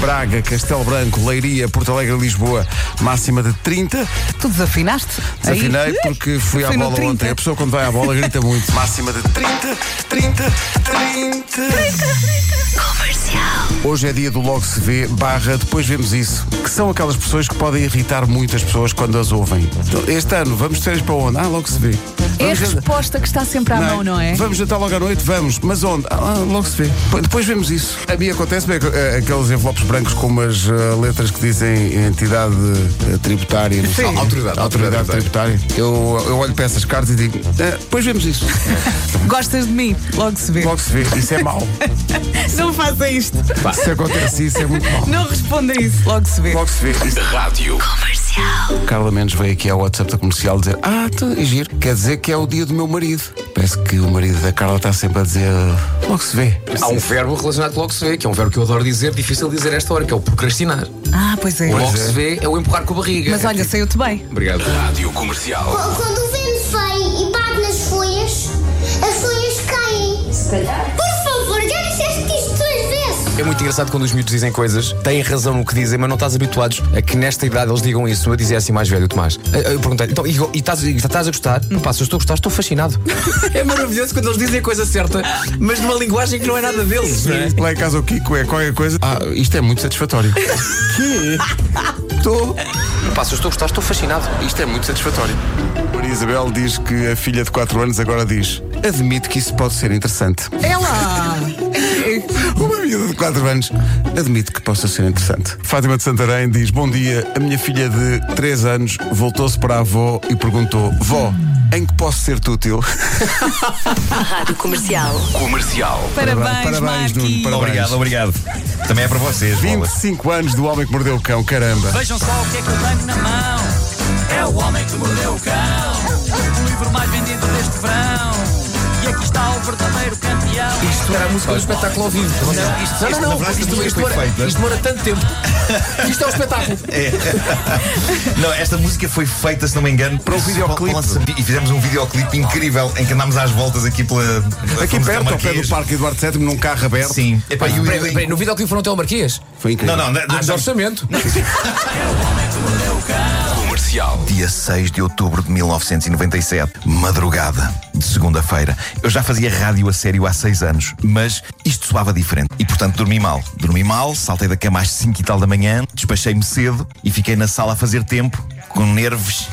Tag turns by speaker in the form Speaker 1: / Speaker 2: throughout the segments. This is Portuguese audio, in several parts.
Speaker 1: Braga, Castelo Branco, Leiria, Porto Alegre, Lisboa, máxima de 30.
Speaker 2: Tu desafinaste?
Speaker 1: Desafinei
Speaker 2: Aí.
Speaker 1: porque fui à
Speaker 2: Foi no
Speaker 1: bola
Speaker 2: 30.
Speaker 1: ontem. É A pessoa quando vai à bola grita muito. Máxima de 30, 30, 30. Hoje é dia do logo se vê, barra, depois vemos isso. Que são aquelas pessoas que podem irritar muitas pessoas quando as ouvem. Então, Este ano, vamos de férias para onde? Ah, logo se vê.
Speaker 2: É a
Speaker 1: Vamos jantar-
Speaker 2: resposta que está sempre à mão, não é?
Speaker 1: Vamos jantar logo à noite? Vamos. Mas onde? Ah, ah, logo se vê. P- Depois vemos isso. A mim acontece bem é, aqueles envelopes brancos com umas ah, letras que dizem entidade ah, tributária. não sei.
Speaker 3: Sim. Autoridade,
Speaker 1: Autoridade
Speaker 3: autoridade
Speaker 1: tributária. Eu, eu olho para essas cartas e digo, "Ah, depois vemos isso.
Speaker 2: Gostas de mim? Logo se vê.
Speaker 1: Logo se vê. Isso é mau.
Speaker 2: Não faça isto.
Speaker 1: Se acontece isso, é muito mau.
Speaker 2: Não responda isso. Logo se vê.
Speaker 1: Logo se vê. Rádio Comercial. Carla Mendes veio aqui ao WhatsApp da comercial dizer: Ah, tu, é giro, quer dizer que é o dia do meu marido. Parece que o marido da Carla está sempre a dizer: Logo se vê.
Speaker 3: Há um verbo relacionado com logo se vê, que é um verbo que eu adoro dizer, difícil de dizer a esta hora, que é o procrastinar.
Speaker 2: Ah, pois é.
Speaker 3: O logo
Speaker 1: é.
Speaker 3: se vê é o empurrar com a barriga.
Speaker 2: Mas olha, saiu-te bem.
Speaker 3: Obrigado.
Speaker 4: Quando o vento vem e bate nas folhas, as folhas caem. Se calhar. Por favor, já disseste isto duas vezes.
Speaker 3: É muito engraçado quando os miúdos dizem coisas, têm razão no que dizem, mas não estás habituados a que nesta idade eles digam isso. Eu dizia assim mais velho, Tomás. Eu eu perguntei, então, e, e estás, e estás a gostar? Não passa, eu estou a gostar, estou fascinado. é maravilhoso quando eles dizem a coisa certa, mas numa linguagem que não é nada deles, não é?
Speaker 1: Lá em casa o Kiko é qualquer coisa. Ah, isto é muito satisfatório. que? Estou.
Speaker 3: Não passa, eu estou a gostar, estou fascinado.
Speaker 1: Isto é muito satisfatório. Maria Isabel diz que a filha de 4 anos agora diz: Admite que isso pode ser interessante.
Speaker 2: É lá.
Speaker 1: Uma miúda de 4 anos admite que possa ser interessante. Fátima de Santarém diz: Bom dia, a minha filha de 3 anos voltou-se para a avó e perguntou: Vó, em que posso ser-te útil?
Speaker 5: Rádio Comercial.
Speaker 2: Parabéns,
Speaker 1: Parabéns,
Speaker 2: Marquinhos.
Speaker 1: Nuno, parabéns.
Speaker 6: Obrigado, obrigado. Também é para vocês, bola.
Speaker 1: 25 anos do homem que mordeu o cão, caramba.
Speaker 7: Vejam só o que é que eu tenho na mão. É o homem que mordeu o cão. O livro mais vendido deste verão. E aqui está o verdadeiro campeão.
Speaker 3: Isto era a música do espetáculo ao vivo. Não, isto, não, não,
Speaker 6: na verdade,
Speaker 3: isto,
Speaker 6: isto
Speaker 3: isto
Speaker 6: foi
Speaker 3: demora,
Speaker 6: feito, não é?
Speaker 3: isto demora tanto tempo. Isto é um espetáculo.
Speaker 6: Não, esta música foi feita, se não me engano, para
Speaker 1: um videoclipe.
Speaker 6: E fizemos um videoclipe incrível em que andámos às voltas aqui pela. pela
Speaker 1: Aqui
Speaker 6: Fonte da
Speaker 1: perto, ao pé
Speaker 6: Marquês.
Speaker 1: do Parque Eduardo VII, num carro aberto.
Speaker 6: Sim. Epá, e o
Speaker 3: Peraí, peraí,
Speaker 6: Irving-
Speaker 3: no videoclipe foram até ao Marquês?
Speaker 1: Foi incrível.
Speaker 6: Não, não,
Speaker 3: Ah, de
Speaker 6: não.
Speaker 3: orçamento.
Speaker 6: Dia 6 de outubro de 1997, madrugada de segunda-feira. Eu já fazia rádio a sério há 6 anos, mas isto soava diferente e, portanto, dormi mal. Dormi mal, saltei da cama às 5 e tal da manhã, despachei-me cedo e fiquei na sala a fazer tempo, com nervos.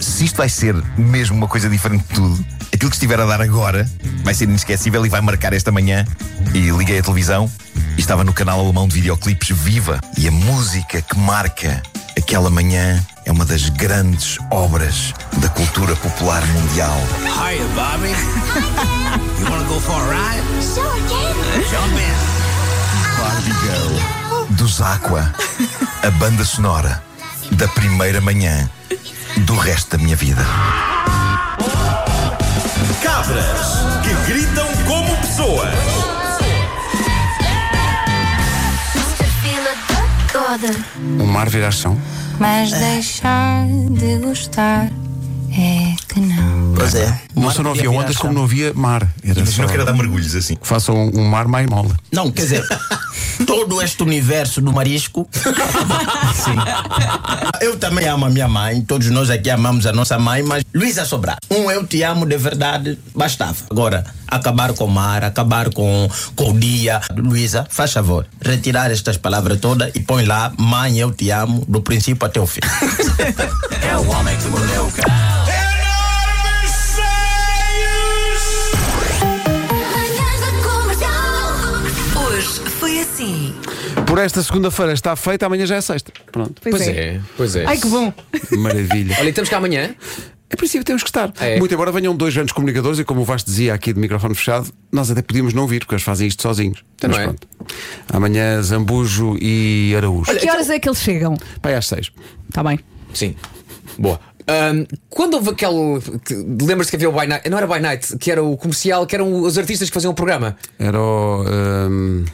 Speaker 6: Se isto vai ser mesmo uma coisa diferente de tudo, aquilo que estiver a dar agora vai ser inesquecível e vai marcar esta manhã. E liguei a televisão e estava no canal alemão de videoclipes Viva. E a música que marca aquela manhã é uma das grandes obras da cultura popular mundial.
Speaker 7: Hiya, Bobby. You wanna go for a ride?
Speaker 4: Sure, Dad.
Speaker 7: Jump in.
Speaker 6: Barbie Girl dos Aqua, a banda sonora da primeira manhã do resto da minha vida.
Speaker 8: Cabras que gritam como pessoas.
Speaker 1: O Um mar vira ação.
Speaker 9: Mas deixar de gostar é que não.
Speaker 1: Pois é. Não só não havia ondas como não havia mar. Era
Speaker 6: Mas
Speaker 1: só...
Speaker 6: não quero dar mergulhos assim.
Speaker 1: Façam um, um mar mais mole.
Speaker 7: Não, quer dizer, todo este universo do marisco. Eu também amo a minha mãe, todos nós aqui amamos a nossa mãe, mas Luísa Sobrar, um eu te amo de verdade, bastava. Agora, acabar com o mar, acabar com, com o dia. Luísa, faz favor, retirar estas palavras todas e põe lá, mãe, eu te amo, do princípio até o fim.
Speaker 8: Enormes seios.
Speaker 4: Manhãs da comercial.
Speaker 5: Hoje foi assim.
Speaker 1: Por esta segunda-feira está feita, amanhã já é sexta. Pronto.
Speaker 2: Pois, é.
Speaker 3: pois é.
Speaker 2: Ai, que bom.
Speaker 1: Maravilha.
Speaker 3: Olha, estamos cá amanhã.
Speaker 1: Em princípio temos que estar.
Speaker 3: É.
Speaker 1: Muito embora venham dois grandes comunicadores e como o Vasco dizia aqui de microfone fechado, nós até podíamos não vir, porque eles fazem isto sozinhos.
Speaker 3: Então
Speaker 1: Mas
Speaker 3: não é.
Speaker 1: pronto. Amanhã Zambujo e Araújo.
Speaker 2: que horas é que eles chegam?
Speaker 1: Pai às seis.
Speaker 2: Está bem.
Speaker 3: Sim. Boa. Ahm, quando houve aquele. que- Lembras-te que havia o By Night? Não era By Night, que era o comercial, que eram os artistas que faziam o programa.
Speaker 1: Era o. hum,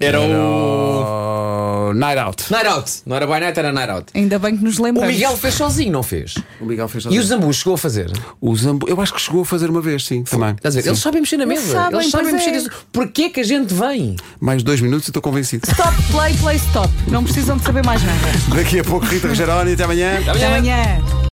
Speaker 3: Era
Speaker 1: era
Speaker 3: o.
Speaker 1: o- o Night Out.
Speaker 3: Night out. Não era by night, era night out.
Speaker 2: Ainda bem que nos
Speaker 3: O
Speaker 2: lembramos.
Speaker 3: Miguel fez sozinho, não fez?
Speaker 1: O Miguel fez
Speaker 3: E o Zambu chegou a fazer?
Speaker 1: o Zambu. Eu acho que chegou a fazer uma vez, sim, também.
Speaker 3: Estás a ver?
Speaker 1: Sim.
Speaker 3: Eles sabem mexer na
Speaker 2: Eles
Speaker 3: mesa.
Speaker 2: sabem,
Speaker 3: Eles sabem
Speaker 2: pois
Speaker 3: mexer
Speaker 2: é.
Speaker 3: nisso. Porquê que a gente vem?
Speaker 1: Mais dois minutos e estou convencido.
Speaker 2: Stop, play, play, stop. Não precisam de saber mais nada.
Speaker 1: Daqui a pouco, Rita Rogeroni, até amanhã.
Speaker 2: Até amanhã.